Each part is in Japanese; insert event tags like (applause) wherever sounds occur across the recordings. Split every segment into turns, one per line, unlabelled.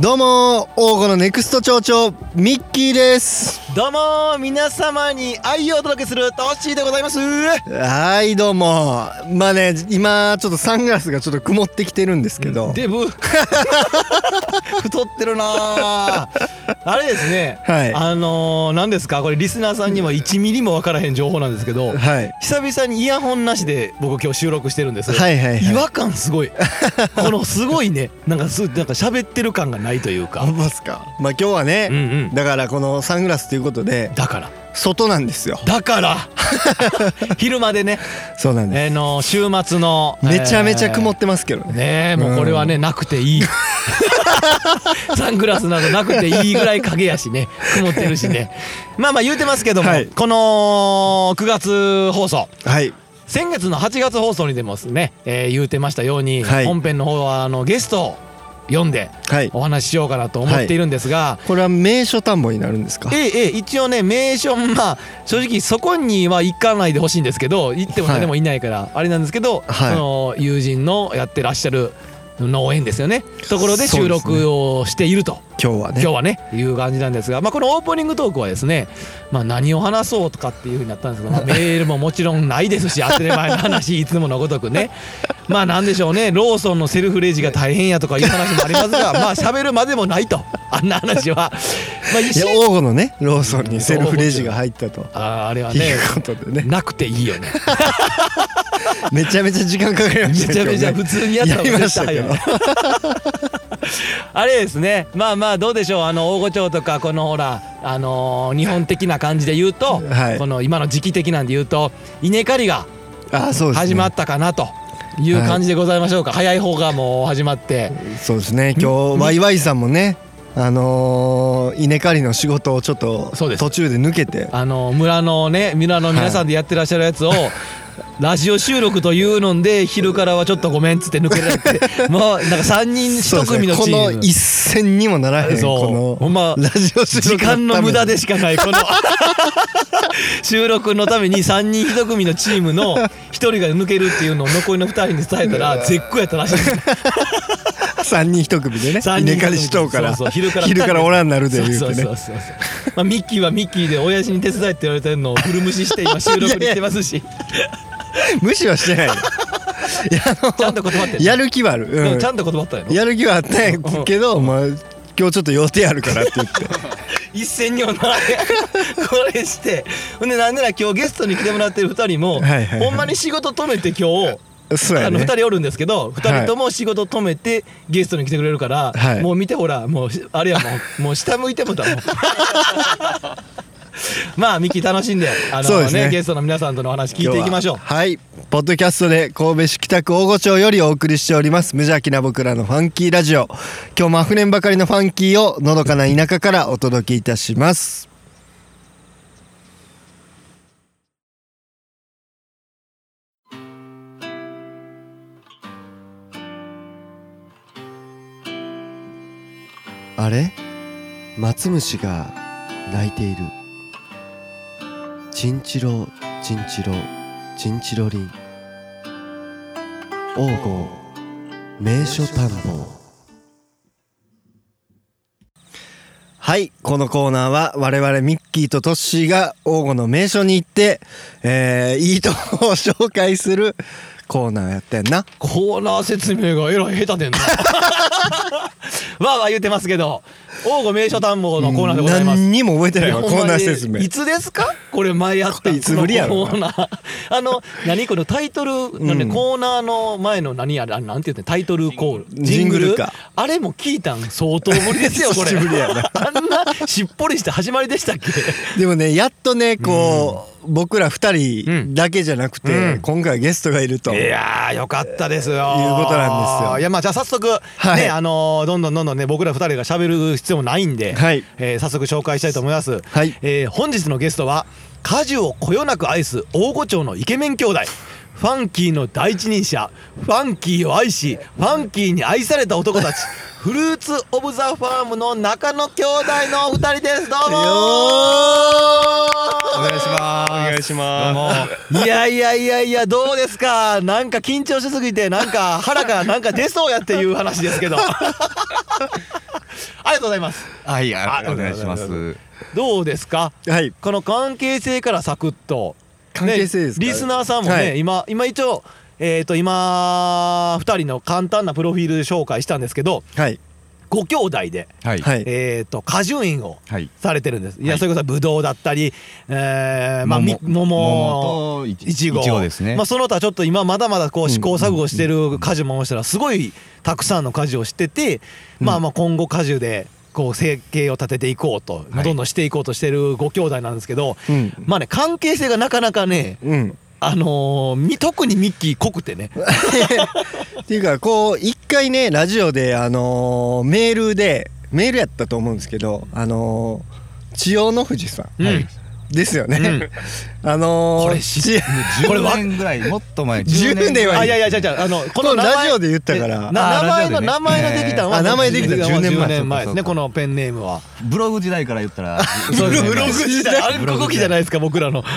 どうも王吾のネクスト町長ミッキーです
どうもー皆様に愛をお届けするトッシーでございます
はいどうもまあね今ちょっとサングラスがちょっと曇ってきてるんですけど、
デブ太ってるなー (laughs) あれですね、
はい
あのー、何ですかこれリスナーさんにも1ミリも分からへん情報なんですけど
はい
久々にイヤホンなしで僕今日収録してるんです、
はいはい
違
はい
和感すご
(laughs)
いこのすごいねなんかすなんか喋ってる感がないという
あ
か
んますかまあ今日はね、
うんうん
だからこのサングラスということで
だから
外なんですよ
だから
(laughs)
昼間でね、
そうなんです、
えーの週末の
めちゃめちゃ曇っててますけどね、
ねえもうこれはね、なくて
(laughs)
いいサングラスなどなくていいぐらい影やしね曇ってるしねまあまあ言うてますけども、
はい
この9月放送
はい
先月の8月放送にでもですね、えー言うてましたように、
はい
本編の方はあのゲストを読んで
はい
お話ししようかなと思っているんですが、
これは名所田んぼになるんですか
ええええ一応ね名所 (laughs) まあ正直そこには行かないでほしいんですけど行っても
はい
誰もいないからあれなんですけど、
はい
その友人のやってらっしゃる農園ですよねところで収
そうですね
録をしていると、
今日はね
今日はねいう感じなんですが、まあ、このオープニングトークはですね、まあ、何を話そうとかっていうふうになったんですけど、
(laughs)
まあ、メールももちろんないですし当たり前の話いつものごとくね (laughs) まあなんでしょうねローソンのセルフレジが大変やとかいう話もありますがまあ喋るまでもないとあんな話は。まあ、
いや王吾のねローソンにセルフレジが入ったと
あーあれはね
いうことでね
なくていいよね
め (laughs) ちゃめちゃ時間かかりま
め
した
ち
けど
ゃ
ね
めちゃ普通にやった
やりましたけど
絶対あれ (laughs) あれですねまあまあどうでしょうあの大御町とかこのほらあのー日本的な感じで言うと、
はい
この今の時期的なんで言うと稲刈りが
あそうですね
始まったかなという感じでございましょうか、早い方がもう始まって
そうですね今日ワイワイさんもねあのー稲刈りの仕事をちょっと
そうです
途中で抜けて
あの村のね村の皆さんでやってらっしゃるやつを、ラジオ収録というので昼からはちょっとごめんっつって抜けられ
(laughs)
てもうなんか3人
そう
1
ですね
組のチーム
この一戦にもならへん
そう
こ
ほんま
のラジオ収
時
録
間の無駄で
し
しかないこ
(laughs)
の収録のために3人1組のチームの1人が抜けるっていうのを残りの2人に伝えたら絶好やったらしいんです
(laughs)
よ
3人一組でね
三人一組
稲刈りしとうから
そうそう昼
(laughs)
から
オラになるで言う
そう
てね
そうそうそうまあミッキーはミッキーで親父に手伝えって言われてるのを古無視して今収録にしてます
(laughs)
し
無視はしてないいやあ
ちゃんと断って
のやる気はある、うん
うんちゃんと断ったよ
やる気はあったんやけど、まあ、今日ちょっと予定あるからって言って
(laughs) 一戦にもならへんこれしてほんでなんなら今日ゲストに来てもらってる2人も、
はいはいはい
ほんまに仕事止めて今日
そう
あ
や
の
ね
2人おるんですけど2人とも仕事止めてゲストに来てくれるから、
はい
もう見てほらもうあれやもう
(laughs)
もう下向いてもだもんまあミキ楽しんであ
そう
の
です
ね
ね
ゲストの皆さんとのお話聞いていきましょう
今日ははいポッドキャストで神戸市北区大御町よりお送りしております無邪気な僕らのファンキーラジオ今日もあふれんばかりのファンキーをのどかな田舎からお届けいたしますあれ松虫が泣いているチンチロチンチロチンチロリン王郷名所探訪はいこのコーナーは我々ミッキーとトッシーが王郷の名所に行って、えー、いいとこを紹介するコーナーやってんな (laughs)
コーナー説明がえらい下手でんなわーわー言うてますけど王吾名所探訪のコーナーでございます
何にも覚えてないわ
ほ
コ
んまに
ーナー説明
いつですかこれ前やっ
こ
た
れいつぶりやろ
このコー
(laughs)
ナーあの何このタイトルのね、
うん
コーナーの前の何やらなんて言ってタイトルコール
ジングルか
あれも聞いたん相当ぶりですよこれ
久しぶりやな
(laughs) あんなしっぽりして始まりでしたっけ
でもねやっとねこう、僕ら二人だけじゃなくて、
うん
今回はゲストがいると、
いやーよかったですよ。いう
ことなんですよ
いやまあじゃあ早速、
はい
ねあのーどんどんどんどんね僕ら二人が喋る必要もないんで、
はい
えー早速紹介したいと思います。
はい
えー本日のゲストは果樹をこよなく愛す大御町のイケメン兄弟。ファンキーの第一人者ファンキーを愛しファンキーに愛された男たちフルーツ・オブ・ザ・ファームの中野兄弟のお二人ですどうも
よー
お願いします
お願いしま
いやいやいやいやどうですかなんか緊張しすぎてなんか腹
(laughs)
がなんか出そうやっていう話ですけどありがとうございます
す。はい、あ
あ
お願いします。
どうですか
はい
この関係性からサクッと
関係性ですか
ね、リスナーさんもね、
はい
今今一応えー、と今2人の簡単なプロフィール紹介したんですけど
はい
ご兄弟で、
はい。
はい
えー、と果樹園を
はい。
されてるんです、い、や
はい
それこそブドウだったり、えーまあ、み桃
桃とい
いちご
ですね。
まあ、その他ちょっと今まだまだこう試行錯誤して
うんうんう
る
ん
果樹もしたらすごいたくさんの果樹をしてて、まあまあ今後果樹でこう生計を立てていこうと、
はい
どんどんしていこうとしてるご兄弟なんですけど、
うん
まあね関係性がなかなかね
うん
あのーみ特にミッキー濃くてね
っていうかこう一回ねラジオであのーメールでメールやったと思うんですけどあのー千代の富士さん、
うん
はい
ですよね、あのー
これ知
千代
10
これわ
年ぐらい、もっと前。
10年
ぐら
あ
はい
やいやじゃじゃあのこ
(laughs) この
の名前
ラジオで言ったから
えな
あ
名前
ラジオで
の、
ね
名前ができたの
え
は
ーあ名前できたの10年前
です
そうかそ
ね
うか
このペンネームは
ブログ時代から言ったら。
そう (laughs) ですね
ブログ時代
あれ動きじゃないですか僕らの
(laughs)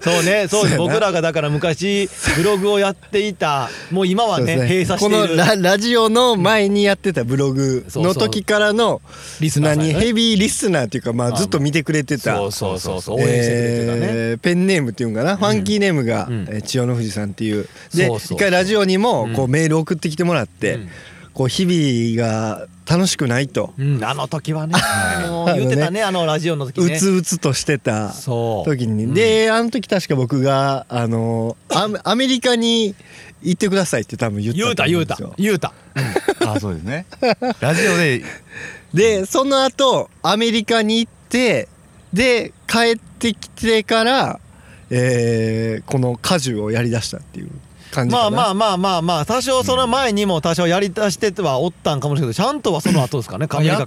そうねそうです
そうやな
僕らがだから昔ブログをやっていたもう今は
そう
ね
です
閉鎖してい
この
る
ララジオの前にやってたブログの時からの
リスナーさん
何
やね
ヘビーリスナーっていうかまあ
あ
ずっと見てくれてた
そうそうそうそう応援してくれてたね、
えーペンネームっていうんかな、ファンキーネームが、
うん
えー千代の富士さんっていうで
そうそう
一回ラジオにもこう、
う
メール送ってきてもらって、
うん
こう日々が楽しくないと、
うん、あの時はねもう言っ
(laughs)
てたねあのラジオの時
う
ね
つうつとしてた
そう
時に、
うん
であの時確か僕があのアメアメリカに行ってくださいって多分言
言う
った
た
と
言う
思うんで
た
すよ
言うた
あ、そうですね。ラジオで。
でその後アメリカに行ってで帰ってきてから、えーこの果樹をやりだしたっていう感じ
まあ
かな
まあまあまあまあ多少その前にも多少やり出しててはおったんかもしれないけどちゃんとはその後ですかねアメリ
や
カ
っ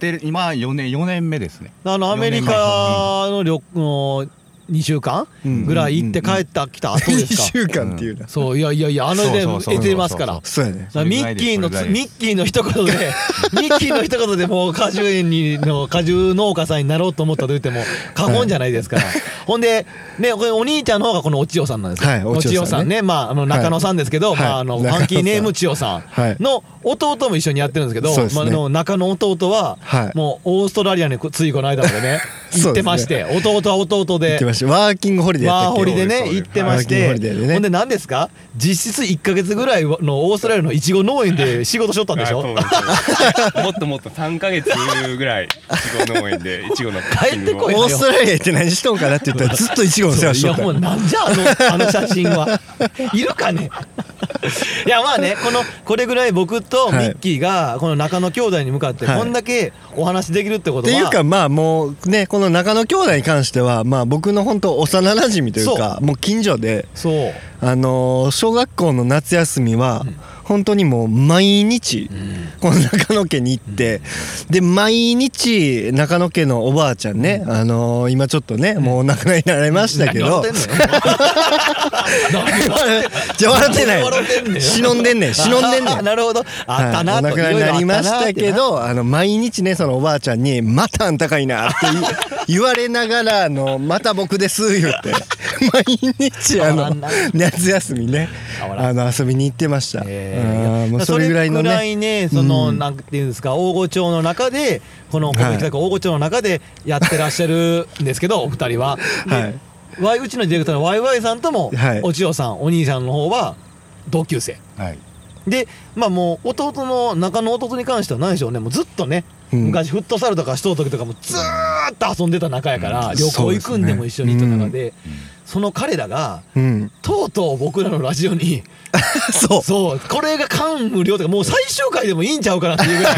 てる、今四年、四年目ですね。
あのアメリカの旅行2週間
うん
ぐらい行って帰ったきた後で
2
すか
週間っていうな、
そういやいやいやあので
そうそうそうそう
得てますからだか
そうやね
らミッキーのつミッキーの一
(laughs)
言でミッキーの一言でもう果樹園にの果樹農家さんになろうと思ったと言っても過言じゃないですから、ほんでねこれお兄ちゃんの方がこのお千代さんなんですよ
はいお
お千
千代
代
さ
さ
ん
ん
ね
ねまああの中野さんですけど、
はい
まああのフ
はい
ァンキーネーム千代さん
はい
の弟も一緒にやってるんですけど、
そうです
ま
ね
あ、あの中野弟は
はい
もうオーストラリアについこの間まで
(laughs)
ね行ってまして、弟は弟
行
で
ってましたワーキングホリデーやった
ワ
っ
ー
け
ホリで
そう
ね
です
行ってまし
ワ
て
ーキングホリデーでね
ほんで何ですか実質1か月ぐらいのオーストラリアのいちご農園
(laughs)
で仕事しとったんでし
あそう
ょ
です (laughs) もっともっと3ヶ月ぐらいいちご農園でいちごのパッキングを
帰ってこい
オーストラリア行って何しとんかなって言ったらずっとイチゴの世話し
い
と
や
った
もうなんじゃ
(laughs)
あのあの写真はいるかねいやまあねこのこれぐらい僕とミッキーがこの中野兄弟に向かって
はい
こんだけお話できるってこ
っ
と
て
は、
いうかまあもうねこの中野兄弟に関してはまあ僕の本当幼馴染というかもう近所で
そう
あのー小学校の夏休みは本当にもう毎日この中野家に行ってで毎日中野家のおばあちゃんねあのー今ちょっとねもうお亡くなりになられましたけど
何笑ってんの
(laughs)
よ何笑ってんの
じゃ笑ってない
笑ってんねん
忍んでんねん忍んでんねん
(laughs) あなるほどあったな
はい、お
と、
亡くなりになりましたけどあの毎日ねそのおばあちゃんに「またあんたかいな」って
(laughs)
言言われながらあの「また僕です」
(laughs)
言って毎日あ
あ
の
らんな
夏休みね
あらん
あの遊びに行ってました、
え
あー
え
もうそれぐらいの
それぐら
ね
いねその、
うん
なんていうんですか大御町の中でこの
はい
国際大御町の中でやってらっしゃるんですけ
(laughs)
ど、お二人は。で
はい
Y うちのディレクターのワイワイさんとも、
はい
お千代さんお兄さんの方は同級生
はい。
でまあもう弟の中の弟に関しては何でしょうねもうずっとね、
うん
昔フットサルとかしとう時とかもずーっと遊んでた仲やから、
うん
旅行行くんでも一緒に行った中で、
うん
その彼らが
うん、
とうとう僕らのラジオに
そう
そうこれが感無量とかもう最終回でもいいんちゃうかなっていうぐらい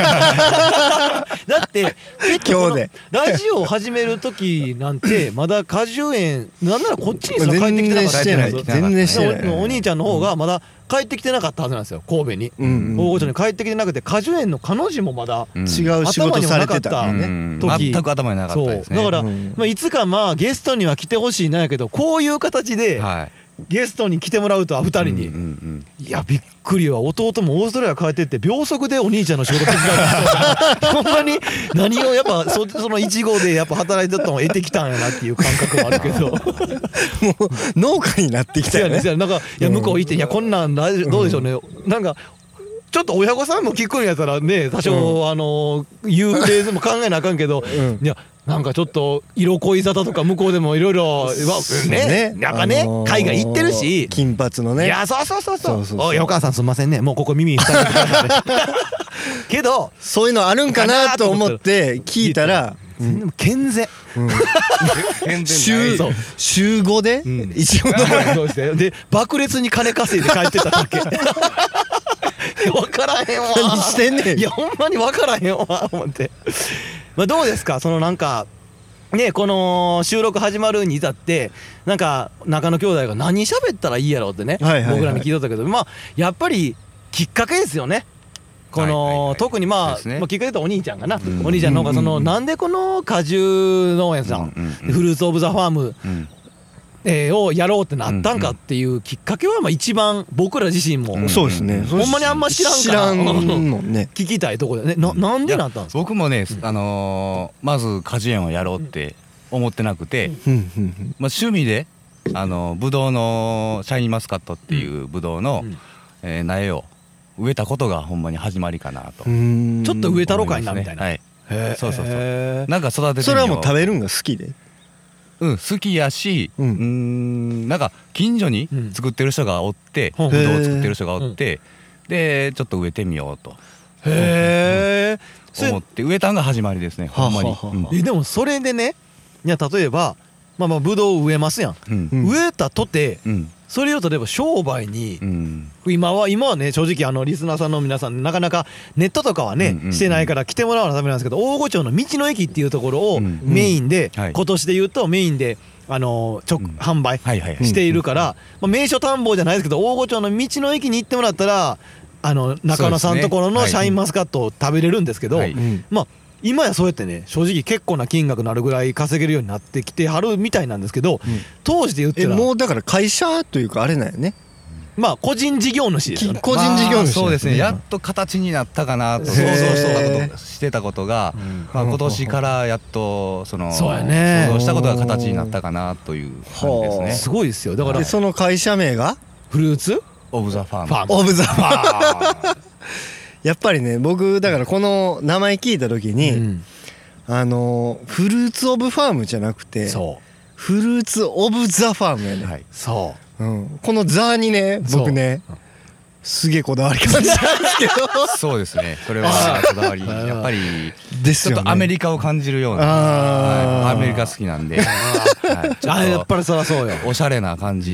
だって結構
今日で
ラジオを始める時なんてまだ果樹園なんならこっちにすら帰ってきてなか
全然
った
してない
帰ってきて
なかった
全然して
なかった
ない
おお兄ちゃんの方がまだ帰ってきてなかったはずなんですよ神戸に、
うん
大
うん
御所に帰ってきてなくて果樹園の彼女もまだ、
うん
違う仕
頭
事
にも
さ
な
れ
かって
た
た
ね、
うん
時
全く頭になかったですね
そうだから、
うん
まあ、いつかまあゲストには来てほしいなんやけどこういう形で
はい
ゲストに来てもらうとは2人に、
うんうん
いやびっくりは弟もオーストラリア帰ってって秒速でお兄ちゃんの仕事手伝うと (laughs) ほんまに何をやっぱそその1号でやっぱ働いてたのを得てきたんやなっていう感覚もあるけ (laughs) ど
もう農家になってき
そ
た
う
よ
やね
ね
そうやねなんかいや向こう行っていやこんなんラジオどうでしょうね、なんかちょっと親御さんも聞くんやったらね多少、あの言うフレーズも考えなあかんけど、
ん
いやなんかちょっと色恋沙汰とか向こうでもいろいろねやっぱね、
あのー
海外行ってるし
金髪のね
いやそうそうそうそう
そうそうそう
おいお母さんすんませんねもうここ耳に塞いでくださいね
(laughs)
けど
そういうのあるんかなと思って聞いたら
でも健全
全然な
週
い
そう
週5で
ん
一応
そうして (laughs) で爆裂に金稼いで帰ってた
(laughs)
だけ分からへんわ
何してんね
(laughs)
ん
いやほんまに分からへんわ思ってまあどうですかそのなんかねこの収録始まるに至ってなんか中野兄弟が何喋ったらいいやろうってね、
はいはいはい
僕らに聞いとったけどまあやっぱりきっかけですよねこの、
はいはいはい
特にま
そう
あ、
ですね
まあ、きっかけとお兄ちゃんがな、
ん
お兄ちゃんの方がその、
うんうんうん
なんでこの果樹農園さん、
うんうんうん
でフルーツ・オブ・ザ・ファーム、
うん
えーをやろうってなったんかっていうきっかけはまあ一番僕ら自身も、
うん
そうですね
ほんまにあんま知らんから
知らんもんね
聞きたいところでねななんでなったんですか
僕もね、あのーまず果樹園をやろうって思ってなくて、
うんうん
まあ、趣味であのブドウのシャインマスカットっていうブドウの、
うん
えー苗を植えたことがほんまに始まりかなと、
うんうん
ちょっと植えたろかいな
思
み
ます
たい
ね
な、
はいそうそうそう
へー
なんか育ててみよう
それはもう食べるんが好きで
うん、好きやし、
う
うんん、んなんか近所に
うん
作ってる人がおって、
うん
ブドウを作ってる人がおって、でちょっと植えてみようと
へえそ
思
れ
って植えたんが始まりですねほんまに、
はあはあはあ
えでもそれでねいや例えばまあまあブドウを植えますやん、
うん
うん
植えたとて
うん
それを例えば商売に
うん
今は今はね正直あのリスナーさんの皆さんなかなかネットとかは
う
ね、
んうんうん
してないから来てもらうのためなんですけど大御町の道の駅っていうところを
うん
メインで、
うんはい
今年で言うとメインであの直、
うん
販売
はいはいはい
しているから、まあ、名所探訪じゃないですけど大御町の道の駅に行ってもらったらあの中野さんところ
そう
の
です
シ
ねは
ャ
い
インマスカットを食べれるんですけど、
はい
うん
まあ今やそうやってね正直結構な金額になるぐらい稼げるようになってきてはるみたいなんですけど、当時で言った
え
ら
もうだから会社というかあれなんやね
まあ個人事業主ですよね。
個人事業主なん
まあ
ね
そうですねやっと形になったかなと
へー
想像してたことしてたことが、まあ、
うん
今年からやっとその
そうやね
想像したことが形になったかなという感じです
は
ね
すごいですよだから
でその会社名が
フルーツ
オブ・ザ・ファーム
ファーム
オブザファー
あ
やっぱりね僕だからこの名前聞いた時に、
うん
あのーフルーツ・オブ・ファームじゃなくて
そう
フルーツ・オブ・ザ・ファームやね、
はい
そ
うん、この「ザ」にね僕ねすげえこだわり感じたんですけ
(laughs)
ど
そうですねそれはこだわりやっぱり
です
ちょ
よ、
っ
ね、
とアメリカを感じるような、
あー
はいアメリカ好きなんで、は
うあやっぱりそらそうよ
おしゃれな感じ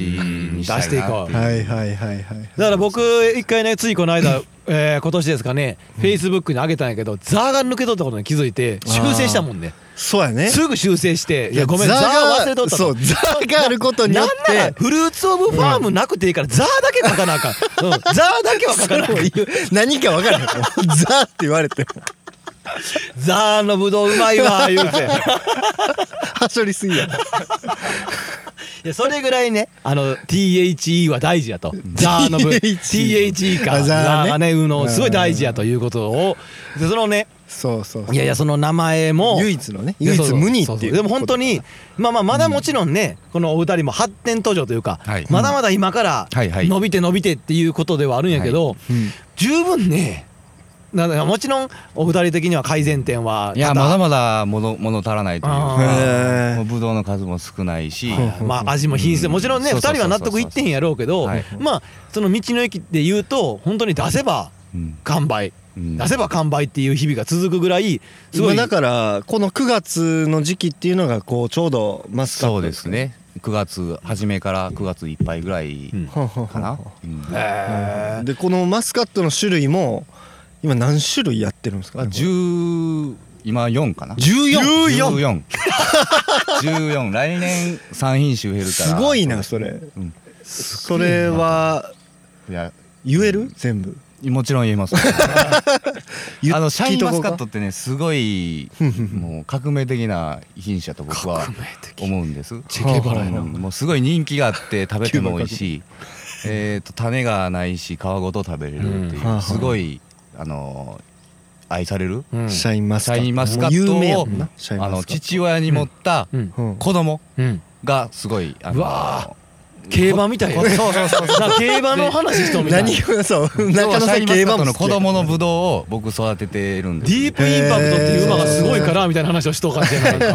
にしたいな
出していこう
はいはいはいはい
だから僕一回ねついこの
(laughs)
間、えー今年ですかねフェイスブックに上げたんやけどザーが抜けとったことに気づいて修正したもんね
そうやね
すぐ修正していやごめんザー
ザ
忘れとった
そう
と
ザがあることによ
な
っ
んなら
て
フルーツ・オブ・ファームなくていいからザーだけ書かな
(laughs)
あかん、うん、ザーだけは書かなあかん
何か分からへんもうザって言われても
ザーのぶどううまいわ
(laughs)
言うて
はしょりすぎや
いやそれぐらいねあの THE は大事やとザーの分
THE
THE か
あザ
ザ
ー
ー
ね
がねうのすごい大事やということをでそのね
そうそうそう
いやいやその名前も
唯一のね唯一無二ってい
そ
う
そそでも本当にまあまあまだもちろんね、このお二人も発展途上というか、
はい
まだまだ今から
はいはい
伸びて伸びてっていうことではあるんやけど、
うん
十分ねなんだもちろんお二人的には改善点はい
や
多
ま
々
だまだ物物足らないという
あ
か
ー
もうブドウの数も少ないし、
(laughs) まあ味も品質ももちろんね
う
2
んそうそう
人
そうそ
は
う
納得いってへんやろうけど、
はい
まあその道の駅で言うと本当に出せば
うん
完売
うん
出せば完売っていう日々が続くぐらいすご
今
い
だからこの9月の時期っていうのがこうちょうどマスカット
そうですね9月初めから9月いっぱいぐらい
うん
ほんほんほ
か
ん
な、うん
へー
でこのマスカットの種類も今何種類やってるんですか、
あ10今4かな
14
14 14来年3品種減るから
すごいなそれ
うん
それは
れいや
言える全部
もちろん言えます
言っ
あのシャインマスカット
聞いとこ
ってねすご
(laughs)
いもう革命的な品種だと僕は思うんです
チェケバラやな
うんもうすごい人気があ
(laughs)
って食べても美味しいえーと種がないし皮ごと食べれるっていう、
うん
すごいあの愛される
う
うんシャインマス
シ
カッ
ャ
ト
インマスカッ
もう有名や
トを
もんなシャイン
あ
マ
の
スカッ
父親に持った
うん
トうん
子供
うん
がすごいあ
う
の
わ競馬みたいや
こそうそうそう
な競馬の話しとるみたいな
何がそう
要
中
は
野
シ
さ
ャイ
ん
ンマ
競
スカッ
馬
ト
も
の
好
子
きや
供のブドウを僕育ててるん
デ
ですよ
ィープインパクトっていう馬がすごいからみたいな話をしとかんじゃないか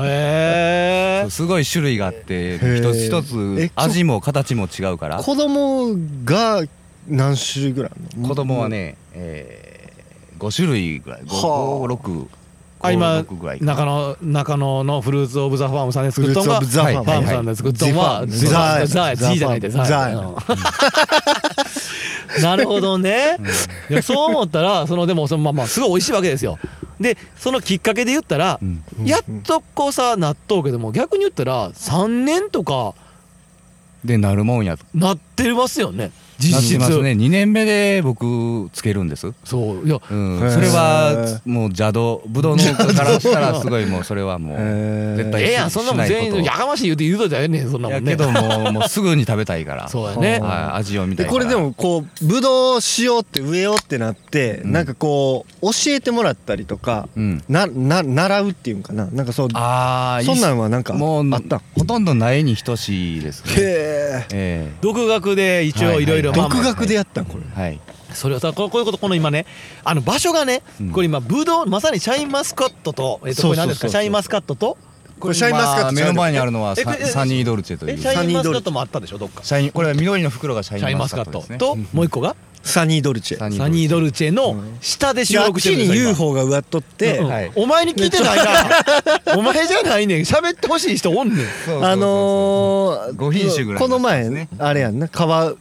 へえ
すごい種類があって
ー
一つ一
え
つ
そう
味も形も違うから
子供が何種類ぐらいあんの
子供はね、えー、5種類ぐらい
はあ
56
あ今
ぐらい
中野中野のフルーツ・オブ・ザ・ファームさんで
フ
作
ル
っ
ー
た
ツ
の
オ
が
ブザファーム
ファームさんで作ったのは
ジファー
ザ・
ムザファーム
G じゃないで
ザ
ザ
ザ
(laughs)
や
うんなるほどねいやそう思ったらそのでもそのまあまあすごい美味しいわけですよでそのきっかけで言ったら
うん
やっとこうさ納豆けども逆に言ったら3年とか
でなるもんやと
なってますよね
な
実
って
質
ますね2年目で僕つけるんです、うん、
そういや
そ
へー
れはもう邪道ブドウのからしたらすごいもうそれはもう、
へー
絶対
ええやんそんなもん全員やかましい言うて言うとじゃええねんそんなも
や
ん
け
ね
どもうもうすぐに食べたいから
そうやね
はい、味を見た
で
いから
これでもこうブドウしようって植えようってなって、
ん
なんかこう教えてもらったりとか、
うん
なな習うっていうんかななんかそう
ああ
そんなんはなんか
もう
あったん
ほとんどないに等しいですね
へえ
え
独学で一応いろ
はいはい
いろまあま
独
あ
学でやったんこれ
えはい
それをさここういうことこの今ねあの場所がね、
うん
これ今ブドウまさにシャインマスカットとえっとこれ何ですか
そうそうそうそう
シャインマスカットと
これシャインマスカット
まあ目の前にあるのは
え
サ
ええ
サニードルチェとい
え
う
シャインマスカットもあったでしょどっか
シャインこれは緑の袋がシ
シ
ャ
ャ
イ
イ
ンマ
ンマ
ス
ス
カ
カ
ッ
ッ
トで
ト
すね
ともう一個が
サニードルチェ
サニ
サニードルチェの下で収
であっ
録して
ち
るんです
に
よ今
UFO が植わっとって、
うん
はい
お前に聞いてないな (laughs) お前じゃないねん喋ってほしい人おんねん
あのー、
五品種ぐらい
この前、
ですね
あれやんな皮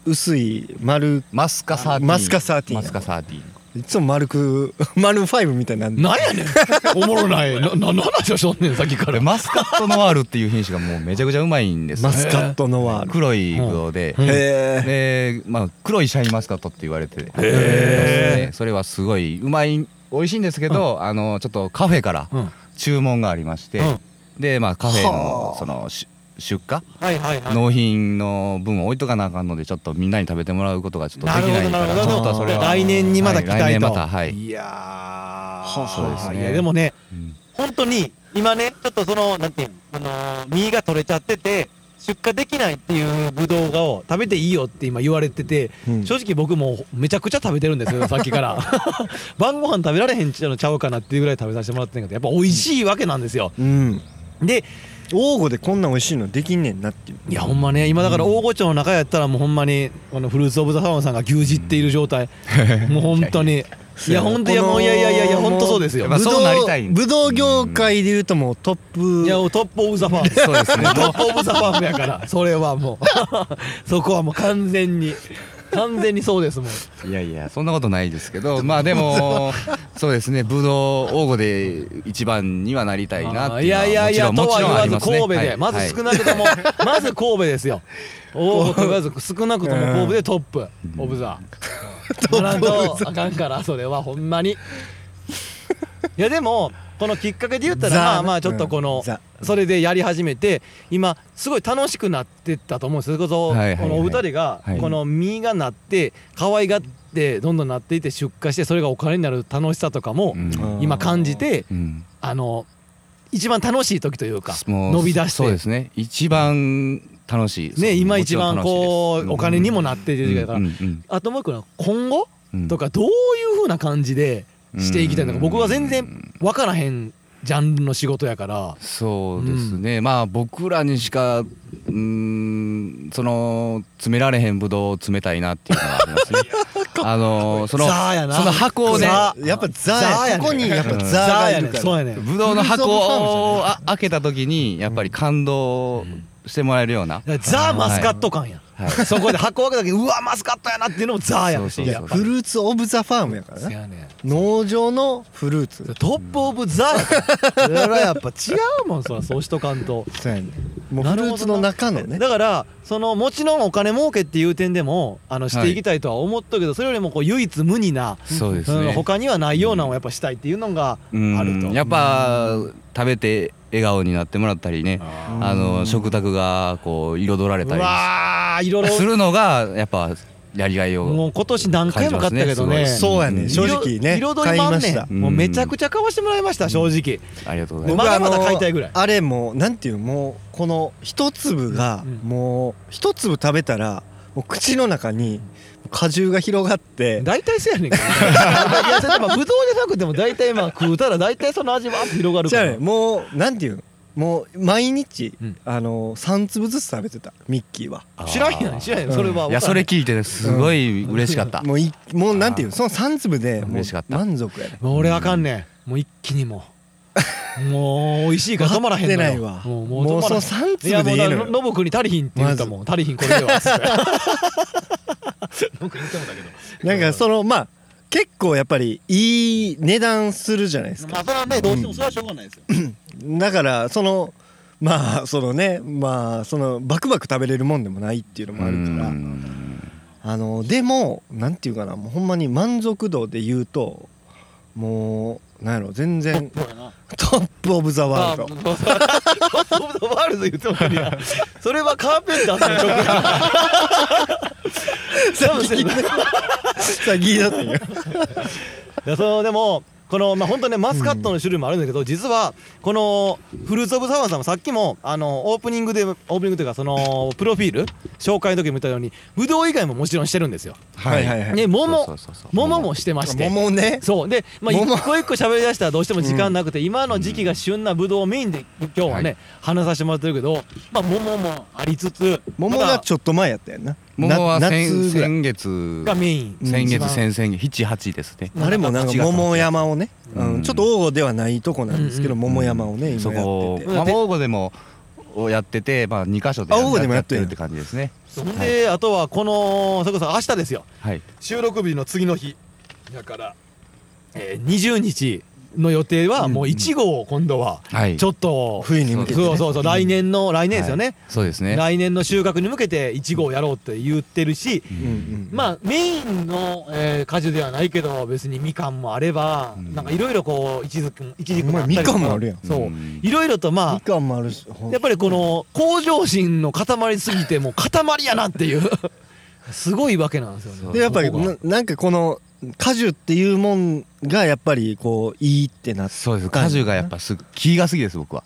薄い丸
マスカサーティーン
マスカサーティーン
マスカサーティーン
いつも丸く (laughs) 丸ファイブみたいなんで
なんやねんおもろないな何の話をしとんねんさっきか
これ
ら
マスカットノワールっていう品種がもうめちゃくちゃうまいんです
マスカットのは
黒いブドウで、
うん
へえ
で、まあ、黒いシャインマスカットって言われてます
へ
ねそれはすごいうまい美味しいんですけど、あのちょっとカフェから
うん
注文がありまして、
うん
で、まあ、カフェ
は
の
あ
そのし出荷
はいはいはい
納品の分を置いとかなあかんのでちょっとみんなに食べてもらうことがちょっとでき
なる
な
ほど
いか
なる
ら
ほど
ちょっとそれは
来年にまだ期
はい
待
来年
と、
またはい
いやー
そうですね
いやでもね
うん
本当に今ねちょっとそのなんていうのあのー実が取れちゃってて出荷できないっていうブドウを食べていいよって今言われてて、
うん
正直僕もうめちゃくちゃ食べてるんです (laughs) よさっきから晩ご飯食べられへんちゃうのちゃうかなっていうぐらい食べさせてもらってんけどやっぱ美味しいわけなんですよ
うん
で
王吾でこんなん美味しいのできんねんなっていう
いやほんまね今だから大御町の中やったらもうほんまにこのフルーツ・オブ・ザ・サウンさんが牛耳っている状 (laughs) 態、もう本当にいや本当いやもういやいやいやいや本当そうですよ
まあ
ぶど
そうなりたい
ぶどう業界でいうともうトップ
いやもうトップオブザファーム
そうですね
(laughs) トップオブザファームやからそれはもう (laughs) そこはもう完全に完全にそうですもん
いやいやそんなことないですけどまあでもそうですねブドウ王吾で一番にはなりたいなって
い
いうのは
やいやいやと
もち
は言
ろんもちろんあ
わ
り
ず
ますね
神戸で、
はい
まず少なく
(laughs)
とも、まず神戸ですよおおと言わず少なくとも神戸でトップオブザならんとあかんからそれはほんまにいやでもこのきっかけで言ったら
ザ
まあまあちょっとこ
うん
の
ザ
それでやり始めて今すごい楽しくなってったと思うんですそれこそこ
はいはいはい
のお二人が
はい
この実がなって可愛がってどんどんなっていって出荷してそれがお金になる楽しさとかも
うん
今感じて
うん
あの一番楽しい時というか
もう
伸び出して
そうですね一番楽しい
ね今一番こうお金にも
なっ
なってる時代だから、
うんうん
あともう一個は今後
うん
とかどういうふうな感じでしていきたいのが僕は全然分からへんジャンルの仕事やから
そうですね、まあ僕らにしかうーんその詰められへんぶどうを詰めたいなっていうのがあります
(laughs)
ねあのその
ザーやな
その箱をね
ザ
やっぱザ
ザーや
ー
ね
やここにやっぱザーがいるから
そうやねん
ぶどうの箱をあ開けた時にやっぱり感動してもらえるような、
だからザ・マスカット感や、
はい
そこで箱を開けた時にうわマスカットやなっていうのもザやし
そうそ
い
う
やフルーツオブザファームやから
そ
な
やねん
農場のフルーツ
トップ・オブ・ザやからそれはやっぱ違うもんそらそうしとかんと。
そうやねもう
な
フル
るほどな
ーツの中のね
だからそのもちろんお金儲けっていう点でもあのしていきたいとは思っとくけど、それよりもこう唯一無二な、
そうです
うん
ね
他にはないようなのをやっぱしたいっていうのがあると
うんやっぱ食べて笑顔になってもらったりね
あ
あの食卓がこう彩られ
ー
た
う
り
わーいろい
す
ろ
るのがやっぱやりがいを
もう今年何回も買ったけどね
感じますねすごい
そうやね
うん
正直
彩
ね
彩り
買い
ま
ま
んね
し
ん
た
もうめちゃくちゃ買わしてもらいました正直、
ありがとうございま
もま
僕
だまだ
あの
買いたいぐらい
あれもなんていうもうこの一粒が
うん
もう一粒食べたらもう口の中に果汁が広がって
大体そうやねんけどねいやそれでもぶどうじゃなくても大体まあ食うたら大体その味は広がる
じ
か
ゃあ
ら
ねもうなんていうのもう毎日
うん
あの3粒ずつ食べてたミッキーは
す
知らんやん知らんやん
うん
それは分からん
いやそれ聞いてねすごい嬉しかった
もういもうなんていうのその3粒でもう
嬉しかった
満足やね
もう俺あかんねんもう一気にもうもう美味しいから止まらへんのよ
待ってないわ
もうもう
もう
止
そ
まら
の
へん
3
いや
粒
もう
で
だ
いいの
から
よ
ノブ君に足りひんって言ったもん足りひんこれではつって (laughs)
僕言ってもだけど
なんかそのまあ結構やっぱりいい値段するじゃないですか
まあそれはねどうしてもそれはしょうがないですよ
だからそのまあそのねまあそのバクバク食べれるもんでもない (laughs) っていうのもあるからあのでもなんていうかなもうほんまに満足度で言うともうなんやろ全然
そうやな
トップオブザワールド
まあそうそうトップオブザワールド言ってもいいやそれはカーペンターさんの曲 (laughs) や多分そうやな
さっきだったんや
いやそのでもこのまあ本当ねマスカットの種類もあるんだけど、実はこのフルーツ・オブ・サワーさんもさっきもあのオープニングでオープニングというかそのプロフィール紹介の時も言ったようにブドウ以外ももちろんしてるんですよ。
はいはいはい
ね
そう
桃
そうそうそう
桃もしてまして。
桃ね
そうで、まあ、
桃
一個一個喋りだしたらどうしても時間なくて、今の時期が旬なブドウをメインで今日はね、
は
話させてもらってるけど、まあ、桃もありつつ
桃
ま
が
だ
ちょっと前やったやんな
桃は
な
先
夏ぐ
先月
らい
がメイン
うん
先
一
月
番
先々月78ですね
先
あれもなんか桃山をね、
う
うんん、ちょっと王吾ではないとこなんですけど、
うん
桃山をね
そ
今やっ
こ
てて
うん
まあ王吾でもをやっててまあ2箇所で
あ王吾でもやってる
るって感じですね
そんで、あとはこのそれこそ明日ですよ
はい
収録日の次の日だから、えー、20日の予定はもう1号を今度は
はい
ちょっと、
冬に向けて、ね、
そうそうそう来年の来年ですよね、
そうですね
来年の収穫に向けて1号やろうって言ってるし、
うんうん
まあメインの、えー、果樹ではないけど別にみかんもあれば、
うん
なんかいろいろこういちじくもいちじくもあ
お
っ
前
たりと
みかんもあるやん
そううんいろいろとま
みかんもあるしほ
あ
ん
やっぱりこの向上心の塊すぎてもう塊やなっていう
(laughs)
すごいわけなんですよね
そう
でやっぱり
ここが
ななんかこの果樹っていうもんがやっぱりこういいってなって
そうです果樹がやっぱすぐ木が好きです僕は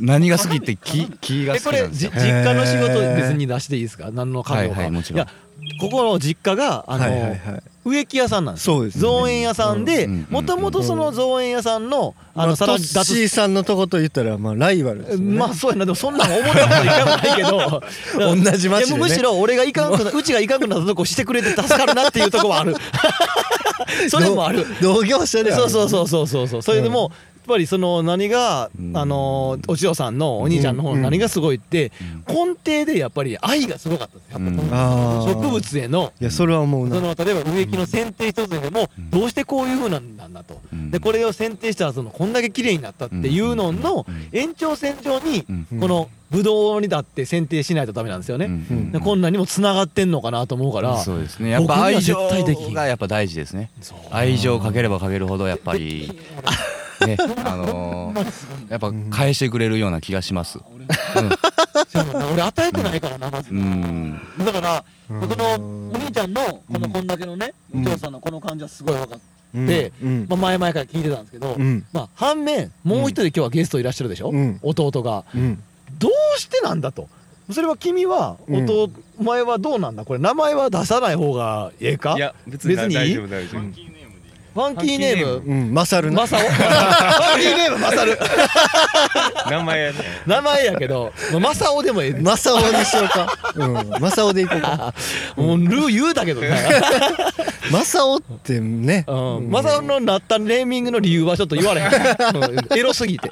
何が好きって木木が好
え
き
こ
な
れ
んです
じ実
よ
家の仕事別に出していいですか何の家業か、
はいはいもちろん
やここの実家があの、
はいはいはい
植木屋さんなんですよ
そうですね
造園屋さんで
うん
もともとその造園屋さんのあ
あの
の
ト
さら
ッシーさんのとこと言ったらまあライバルですよね、
まあそうやなでもそんなん思ったこと一回もないけ
(laughs)
ど
同じ町でね
いやむしろ俺がいかんくなうちがいかんくなったとこしてくれて助かるなっていうとこは
(laughs)
あるそれもある
同同業者ではあ
そう
る
そうそうそうそうそうそれでも、やっぱりその何が、
うん
あのお千代さんのお兄ちゃんの方の何がすごいって、根底でやっぱり愛がすごかったんですよ、やっぱ
あー
植物への
いやそれは思う
そ
な
の例えば植木の剪定一つでもどうしてこういう風なんだなと、
うん
でこれを剪定したらそのこんだけ綺麗になったっていうのの
うん
延長線上に
うん
このブドウにだって剪定しないとダメなんですよね、
うん
でこんなにもつながってんのかなと思うから
そうですねやっぱ愛情がやっぱ大事ですね
そう
愛情をかければかけるほどやっぱり
(laughs)
ねあのーやっぱ返してくれるような気がします
そうなんだ俺与えてないからなまず
うん
だから、
うん
僕のお兄ちゃんのこのこんだけのね、
うん
お嬢さんのこの感じはすごい分かって、
うん
で
うん
まあ、前々から聞いてたんですけど、
うん
まあ、反面もう一人今日はゲストいらっしゃるでしょ、
うん
弟が
うん
どうしてなんだとそれは君は
うん
弟、お前はどうなんだこれ名前は出さない方がええか
いや別に
別に
大丈夫大丈夫、
ファンキーネーム
うん、マサルな
(laughs) マサオファンキーネームマサル
名前やね
名前やけどマサオでもええ
マサオにしようか。うん、マサオでいこ
(laughs)
うか。
もうルー言うだけどね、
マサオってね。
うん、マサオのなったネーミングの理由はちょっと言われへん、うん (laughs) エロすぎて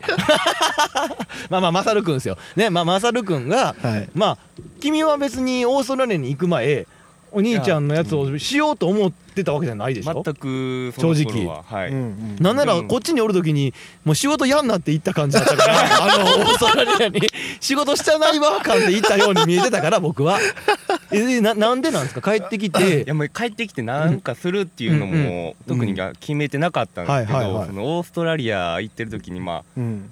まあまあマサルくんですよねまあマサルくんが、
はい
まあ君は別にオーストラリアに行く前お兄ちゃんのやつをしようと思ってたわけじゃないでしょ、
全くその
正直
頃ははい、
うん
なんなら
うん
こっちにおる時にもう仕事嫌になって行った感じだった (laughs) からあのオーストラリアに仕事したないわ感で行ったように見えてたから僕 (laughs) はえななんでなんですか帰ってき
い
て
やもう帰ってきてなんかするっていうの
うん
も特にが決めてなかったんですけ
はいはいは
ど
い
そのオーストラリア行ってる時にま
うん。うん。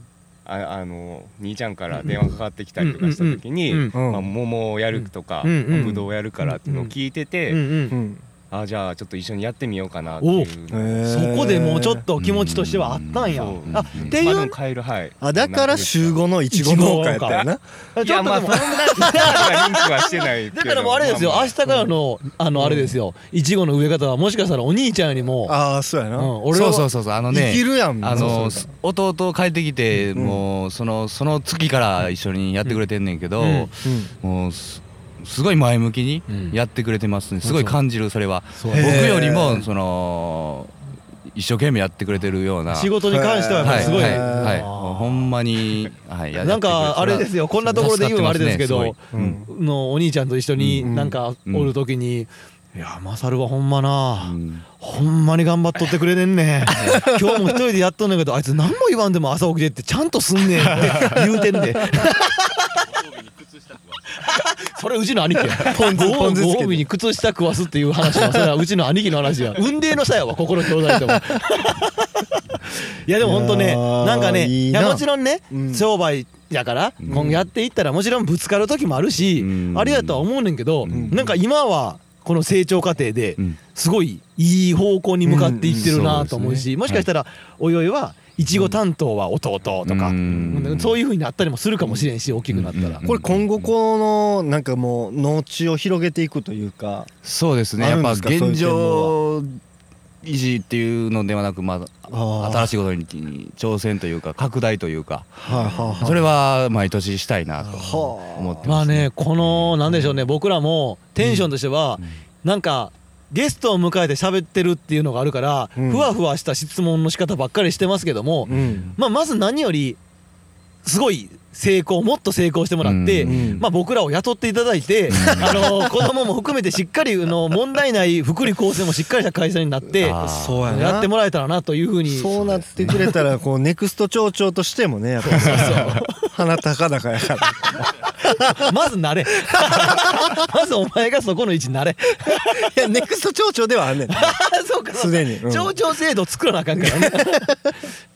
あああの兄ちゃんから電話かかってきたりとかした時に、
うん
うん
まあ、桃をやるとか、
うんうんうん
ぶどうをやるからっていうのを聞いてて、
うんうん
うん。
あじゃあちょっと一緒にやってみようかなっていうの
へー
そこでもうちょっと気持ちとしてはあったんや。
うん
あってい
まあ
う、
でも帰るはい
あ、だから週5のいちご農家やったよな。
ちょっと
い
で
や
も、
まあそ (laughs) んなにリンクはしてないけ
(laughs) だ
ど
からもうあれですよ、
まあま
明日からの、あのあれですよ、いちごの植え方はもしかしたらお兄ちゃんよりも、
ああ、そうやな。
うん俺
そ
は
うそうそうそうあの
生
ね
きるやん。
あの
そうそう
弟帰ってきて
うん
もうそのその月から一緒にやってくれてんねんけど
うん
そううん
もうすすごい前向きに
うん
やってくれてますねすごい
そう
感じるそれは
そう
僕よりもその一生懸命やってくれてるような
仕事に関してはやっぱりすごい。
はいはいはい
あー
ほんまに、はい、や
なんかあれです
よ
よ、こんなところで言うのもあれですけど、
うん
のお兄ちゃんと一緒に
うん
なんかおるときに、いや、マサルはほんまな、
うん
ほんまに頑張っとってくれてん (laughs) ねん今日も一人でやっとんねんけどあいつ何も言わんでも朝起きてってちゃんとすんねんって言うてんで (laughs) それうちの兄貴や
ポン酢
ご
ポン酢つけ
ご
て
褒美に靴下食わすっていう話はそれはうちの兄貴の話や運命の差やわ心兄弟とも (laughs) いやでもほんと
い
ね
やー
なんかね
い
い
いな
やもちろんね、
うん
商売やから、
うん
今後やっていったらもちろんぶつかる時もあるし、
うん
あれやとは思うねんけど、
ん
なんか今はこの成長過程で、
うん
すごいいい方向に向かっていってるなと思うし、
うんうん
もしかしたらおいおいはいちご担当は弟とか、
うん
そういうふうになったりもするかもしれんし大きくなったら、
うん
これ今後このなんかもう農地を広げていくというか、
そうですね
ある
や
ん
っぱ
ですか
現状維持っていうのではなく、ま
あ
あ、
ー
新しいことに挑戦というか拡大というか
はいはいはい
それは毎年したいなと
はあ
思って
ま
ま
あ
す、
ねこのなんでしょうね僕らもテンションとしては、なんかゲストを迎えて喋ってるっていうのがあるから、
うん
ふわふわした質問の仕方ばっかりしてますけども、
うん
まあ、まず何よりすごい成功もっと成功してもらって、
うん
まあ、僕らを雇っていただいて、あの子供も含めてしっかりあの問題ない福利厚生もしっかりした会社になって
あー
そうやな
やってもらえたらなというふうに
そうなってくれたらこうネクスト町長としてもね (laughs) やっぱり鼻高々やから
まずなれ (laughs) まずお前がそこの位置になれ (laughs)
いやネクスト町長ではあんねん
そうかそうか
すでに、うん
町長制度作らなあかんからね (laughs)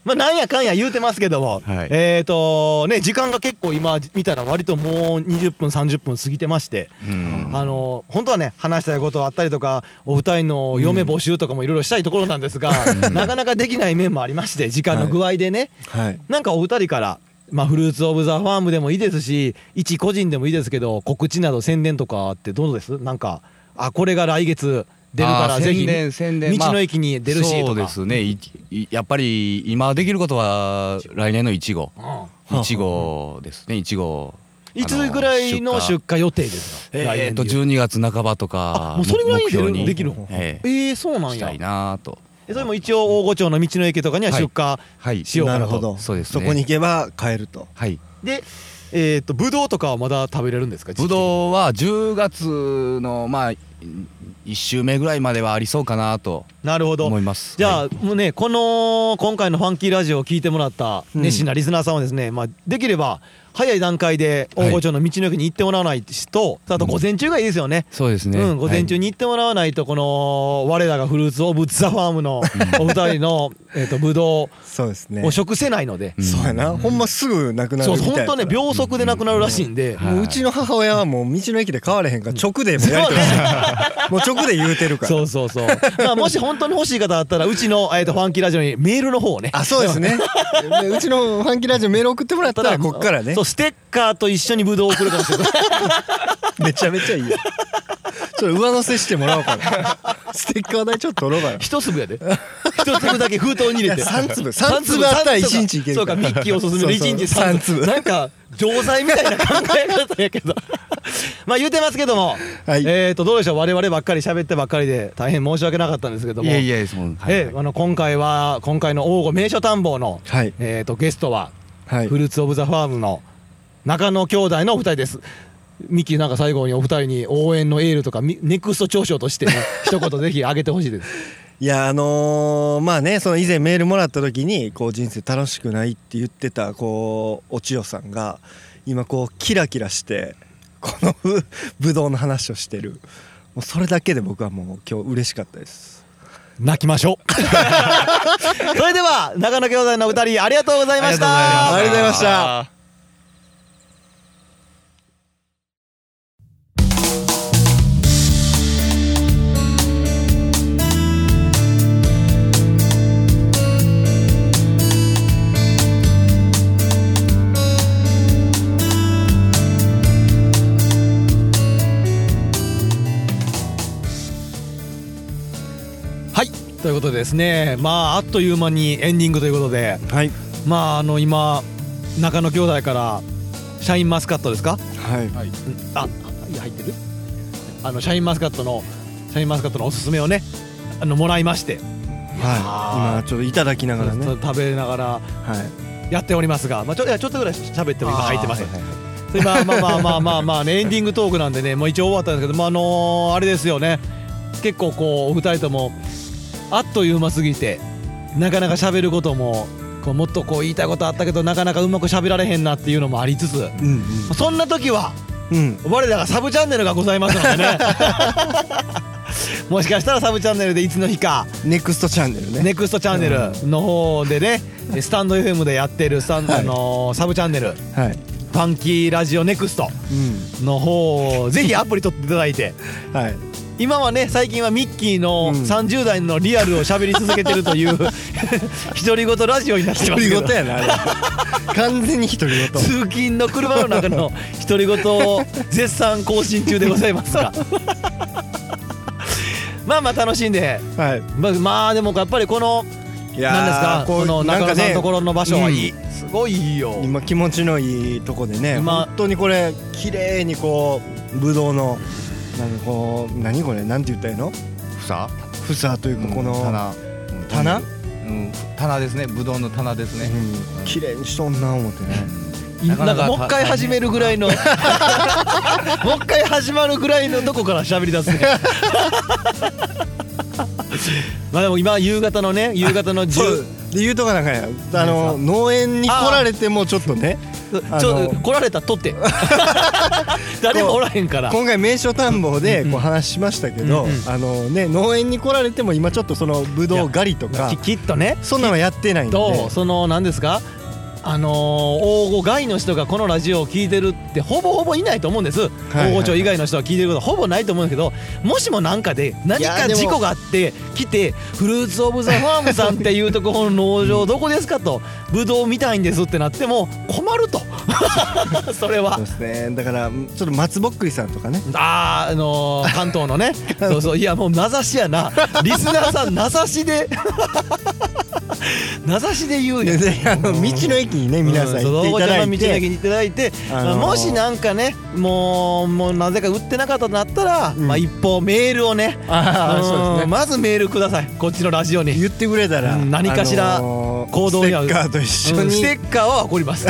まあなんやかんや言うてますけども、
はい
えっ、とね時間が結構今見たら割ともう20分30分過ぎてまして、
うん
あの本当はね話したいことあったりとかお二人の嫁募集とかもいろいろしたいところなんですが、なかなかできない面もありまして時間の具合でね、
はい
なんかお二人から、まあ、フルーツ・オブ・ザ・ファームでもいいですし一個人でもいいですけど告知など宣伝とかってどうですなんかあこれが来月出るから
あー
ぜひ
宣伝宣伝
道
ま
の
あ
駅に出るしとか、
そうですねいいやっぱり今できることは来年のいちご
うん
いちごですねいちご
うんいつぐらいの出荷予定ですか、
え
来
ー
年
っと
で言う
12月半ばとか
あもうそれぐらいに出る
目標に
できるの
え
え
え
ー、そうなん
した
や
いなと
えそれも一応大御町の道の駅とかには出荷、
はい
しようか
な
な
る
と
ほど
そうですね
こに行けば買えると
はい
でえー、っとぶどうとかはまだ食べれるんですか
ぶ
う
どうは10月のまあ1週目ぐらいまではありそうかなと
なるほど
思います
じゃあ、
はい
もうねこの今回のファンキーラジオを聞いてもらった
うん
熱心なリスナーさんはですね、まあ、できれば早い段階で大御町の道の駅に行ってもらわないと、あと午前中がいいですよね。
そうですね
うん、午前中
はい
に行ってもらわないとこの我らがフルーツ・オブ・ザ・ファームのお二人のえーとぶど
そうですね
うを食せないので、
ん
そうやな、ほんますぐなくな
そ
る
う
みたい
本
な
当ね秒速でなくなるらしいんで、
はい
もううちの母親はもう道の駅で買われへんから直でもうやりとりしてる (laughs) もう直で言うてるから
そうそうそうまあもし本当に欲しい方だったらうちの、えー、とファンキーラジオにメールの方をね
あそうですねでうちのファンキーラジオメール送ってもらったらこっからね
そとステッカーと一緒にブドウを送るかも
(laughs)
しれない
めちゃめちゃいいよそれ上乗せしてもらおう (laughs) かなステッカー代ちょっと取ろうかな
一粒やで一粒だけ封筒に入れ
い
て
や三粒三粒あったら一日いける
そうかミッキーおすすめで一日三
そ
粒
うそう三粒
なんか錠剤みたいな考え方やけど (laughs) まあ言うてますけども、
はい
えっとどうでしょう我々ばっかり喋ってばっかりで大変申し訳なかったんですけども
いやいやそうはい
ええあの今回は今回の王吾名所探訪の、
はい
えー、とゲストは、
はい
フルーツ・オブ・ザ・ファームの中野兄弟のお二人ですミッキーなんか最後にお二人に応援のエールとかみネクスト長所と (laughs) して、ね、一言ぜひあげてほしいです
いやあのーまあねその以前メールもらった時にこう人生楽しくないって言ってたこうお千代さんが今こうキラキラしてこのぶどうの話をしてるもうそれだけで僕はもう今日嬉しかったです
泣きましょう (laughs) それでは中野兄弟のお二人ありがとうございました
ありがとうございました
はいということでですねまああっという間にエンディングということで
はい
まああの今中野兄弟からシャインマスカットですか
はい
あいや入ってるあのシャインマスカットのシャインマスカットのおすすめをねあのもらいまして、
はい今ちょっといただきながらね
ちょっと食べながら
はい
やっておりますが、まあ、ちょいやちょっとぐらい喋っても今入ってます
あーはいはいはい
でまあまあまあまあまあまあねエンディングトークなんでねもう一応終わったんですけどまああのーあれですよね結構こうお二人ともあっという間すぎてなかなか喋ることもこうもっとこう言いたいことあったけどなかなかうまく喋られへんなっていうのもありつつ
うん
そんな時は
うんうん
我らがサブチャンネルがございますの
(laughs)
でねもしかしたらサブチャンネルでいつの日か
ネクストチャンネルね
ネクストチャンネルの方でねスタンド FM でやってるスタン、
はい
あのーサブチャンネル
はい
ファンキーラジオネクスト
う
の方をぜひアプリ取っていただいて
んはい
今はね最近はミッキーの
うん
30代のリアルを喋り続けてるという
(laughs)
独り言ラジオになってま
独
す
り
けど
言やなあれ完全に独り言
通勤の車の中の独り言を絶賛更新中でございます
(laughs)
がまあまあ楽しんで
はい
まあまあでもやっぱりこの何です
いや
か
ー
この中野さんのところの場所はいい、
う
すごいいいよ
今気持ちのいいとこでね
今
本当にこれ綺麗にこうぶどうのなんかこう何これなんて言ったらいいの
房
房というかこの、
うん棚
棚
うん棚ですねぶどうの棚ですね
うん綺麗にしとんな思ってね
な
なかなか
んかもう一回始めるぐらいのもう (laughs) 一回始まるぐらいのどこから喋り (laughs) 出すねまあでも今夕方のね夕方の
そう
10
で言うとかなんかやあの農園に来られてもちょっとねあ
ちょ
の
来られたとって (laughs) 誰もおらへんから
今回名所探訪で
うん
こう話しましたけど、
うんうん
あのね農園に来られても今ちょっとそのぶどう狩りとか
ききっとね
そんなのやってないんで
とその何ですかあのー、大御外の人がこのラジオを聞いてるってほぼほぼいないと思うんです、
いはい
大御町以外の人が聞いてることはほぼないと思うんですけどもしも何かで何
いや
か
でも
事故があって来てフルーツ・オブ・ザ・ファームさんっていうところの農場どこですかとブドウ見たいんですってなっても困ると (laughs) それは
そう。ですねだからちょっと松ぼっくりさんとかね
あーあのー関東のねそうそういやもう名指しやなリスナーさん名指しで (laughs) 名指しで言うやん
でであの道の駅にね皆さん行っていただ
うんそう道の
い
駅
て
に行っていただいて、
あのー
もしなんかねもうもうなぜか売ってなかったとなったら、
うん
まあ一方メールをね
あーそうです
うん
ね
まずメールくださいこっちのラジオに
言ってくれたら
うん何かしら
あのー
行動に合う
ステッカーと一緒
うんス
に
テッカーは送り
(laughs)
ます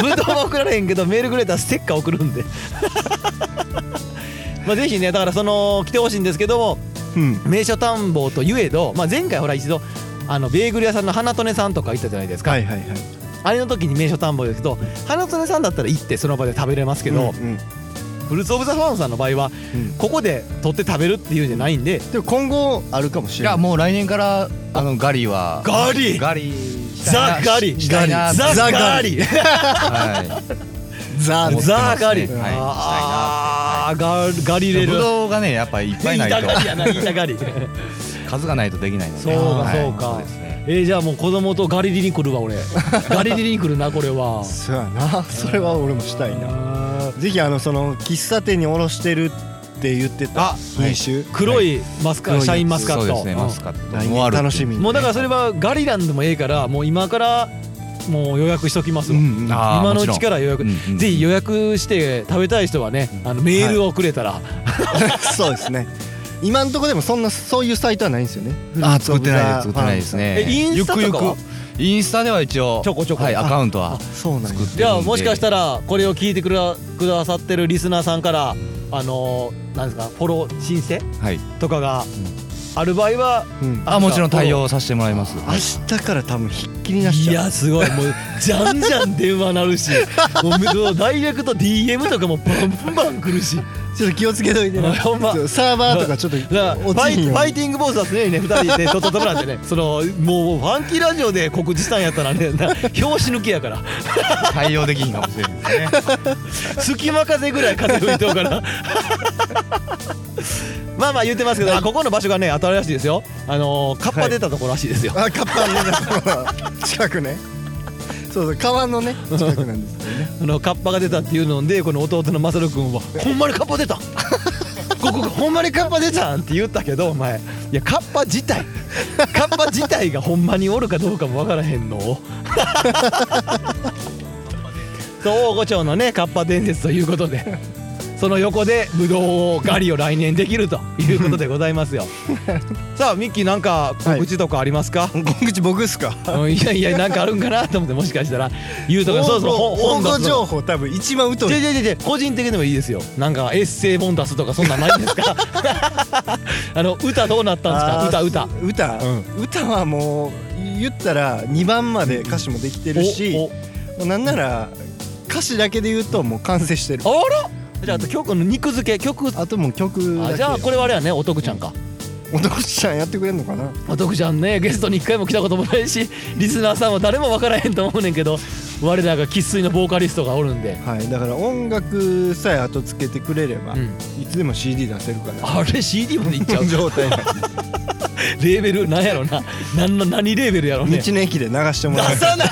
ぶどうは送られへんけどメールくれたらステッカー送るんで (laughs) まあぜひねだからその来てほしいんですけども
うん
名所探訪といえど、まあ、前回ほら一度あのベーグル屋さんの花とねさんとか行ったじゃないですか、
はいはいはい
あれの時に名所探訪ですけど花とねさんだったら行ってその場で食べれますけど、
うんうん
フルーツ・オブ・ザ・ファームさんの場合は
うん
ここで取って食べるっていうんじゃないんで
でも今後あるかもし
い
れな
や
い
もう来年からあのガリは
ガリ
ガリした
ザ・
いな
ガリ
したいな
ザ・
ザ
ガ
ガ
リ
リ
は
ザ
もう
ザ・ガリ
はい
あーガリガリ
い
入れ
ぶ
る
どうがねやっぱりいっぱいないと
板ガリやな板ガリ
数がないとできないので
そうか
はい
そうか
ですね
えーじゃあもう子供とガリリに来る
(laughs)
わ俺ガリリに来るなこれは
そうやなそれは俺もしたいなぜひあのその喫茶店におろしてるって言ってた
あ
品種
黒いマスカ
黒いやつ
シャインマスカッ
そう
ト
ですねマス
う
カット
来
もあ
年
る
楽しみ
ん
に
もうだからそれはガリランでもええからもう今からもう予約しときます
う
わ、
んうん
あー
今のう
も
ち
ちろ
か
ん
ら予約、
うんうん
ぜひ予約して食べたい人はね、あのメールをくれたら、
(laughs) そうですね今んとこでもそんなそういうサイトはないんですよね
あ作ってないです作ってないですね
えインスタとかは
ゆくゆくインスタでは一応
ちょこちょこ
はいアカウント
あ
は
そうなんや
作ってるんで
じゃあもしかしたらこれを聞いてくだくださってるリスナーさんからあのーなんですかフォロー申請
はい
とかがある場合は
うん
あもちろん対応させてもらいますはい
明日から多分ひっきりなし
い
ちゃう
やすごいもうじゃんじゃん電話なるしもうもうダイレクト DM とかもバンバン来るし
ちょっと気をつけといてな
ほんま
ちょっとサーバーとかちょっと
だからフ
落
ァ
ち
イ
ひん
フ
よ
ァイティングボースは常にね2人でとっととなんでねそのもうファンキーラジオで告知したんやったらねな (laughs) 拍子抜きやから
対応できひんかもしれないですね
隙間風ぐらい風吹いておうからまあまあ言ってますけどここの場所がね新しいですよあのーカッパ出たところらしいですよ、
あカッパのね (laughs) 近くねそうそう川のね近くなんですけどね
あのカッパが出たっていうのでこの弟の正く君は「ほんまにカッパ出たんここほんまにカッパ出たん!」って言ったけどお前いやカッパ自体カッパ自体がほんまにおるかどうかもわからへんのをそう大御町のねカッパ伝説ということでその横でブドウ狩りを来年できるということでございますよさあミッキーなんか告知とかありますか、
今口僕っすか
うんい、やいやなんかあるんかなと思ってもしかしたら言うとかそうそう
応募
本
応
出
募
すの
情報多分一番疎
じゃ
い
じゃじゃじゃ個人的でもいいですよなんかエッセイ本出すとかそんなんないんですか (laughs) あの歌どうなったんですか歌歌
歌歌、歌はもう言ったら2番まで歌詞もできてるし
お
もうなんなら歌詞だけで言うともう完成してる
おあらじゃああと曲の肉付け曲
あともう曲だ
あ
け
じゃあこれはあれやねおとくちゃんか、
お父ちゃんやってくれんのかな
おとくちゃんねゲストに一回も来たこともないし (laughs) リスナーさんも誰も分からへんと思うねんけど我らが生粋のボーカリストがおるんで、
はいだから音楽さえ後つけてくれれば、
うん、
いつでも CD 出せるから
あれ CD までいっちゃ (laughs) う
状態なんで
レーベルなんやろな何の何レーベルやろね
道の駅で流しても
出
ら
さない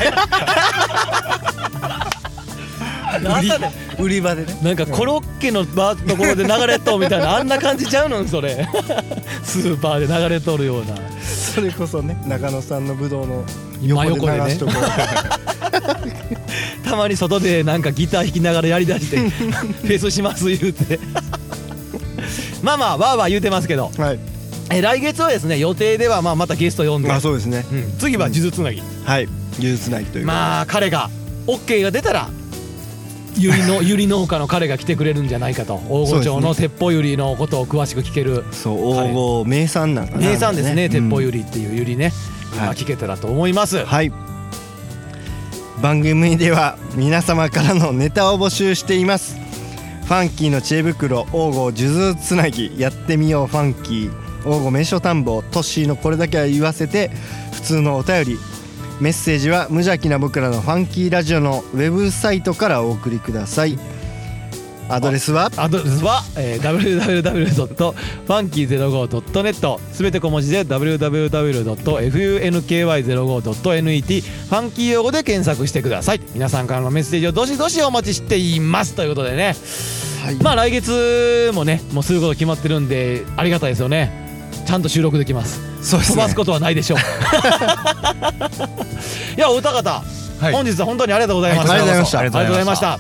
出さないう
売り場でね
なんかコロッケのバーところで流れとうみたいなあんな感じちゃうのそ
(laughs)
れスーパーで流れとるような
それこそね中野さんのぶどうの
真横
横で
で
流
ね
しとこう、
たまに外でなんかギター弾きながらやりだして
(laughs)
フェスします言うてまあまあわーわー言うてますけど
はい
え来月はですね予定ではまあまたゲスト呼んで、
まあそうですね
うん次は呪術つなぎ、
はい技術ないというか、
まあ彼が OK が出たらゆりのゆり農家の彼が来てくれるるんじゃないかと大御町の鉄砲ゆりのことを詳しく聞ける
そう黄金名産なんかな
名産ですね鉄砲ゆ
り、
りっていうゆりね、
うん
まあ
はい
聞けたらと思います、
はい番組では皆様からのネタを募集していますファンキーの知恵袋黄金数珠つなぎやってみようファンキー黄金名所探訪トッシーのこれだけは言わせて普通のお便りメッセージは無邪気な僕らのファンキーラジオのウェブサイトからお送りくださいアドレスは
アドレスは、えー、www.funky05.net すべて小文字で www.funky05.net ファンキー用語で検索してください皆さんからのメッセージをどしどしお待ちしていますということでね、
はい
まあ来月もねもうすること決まってるんでありがたいですよねちゃんと収録できます
そうで
飛ばすことはない
(laughs)
でしょういやお歌方、
はい
本日は本当にありがとうございました、
はいありがとうございました
ありがとうございました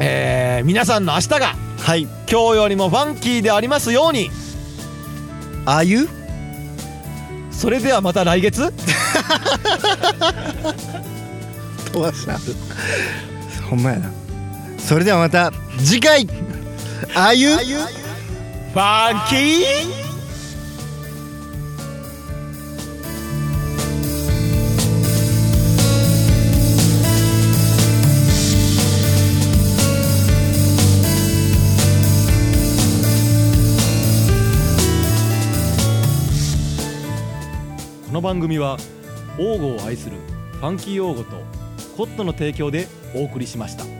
えー皆さんの明日が
はい
今日よりもファンキーでありますように
あゆ (laughs)
それではまた来月
飛ばしたほんまやなそれではまた次回あゆ
ファンキーこの番組は王語を愛するファンキー王語とコットの提供でお送りしました。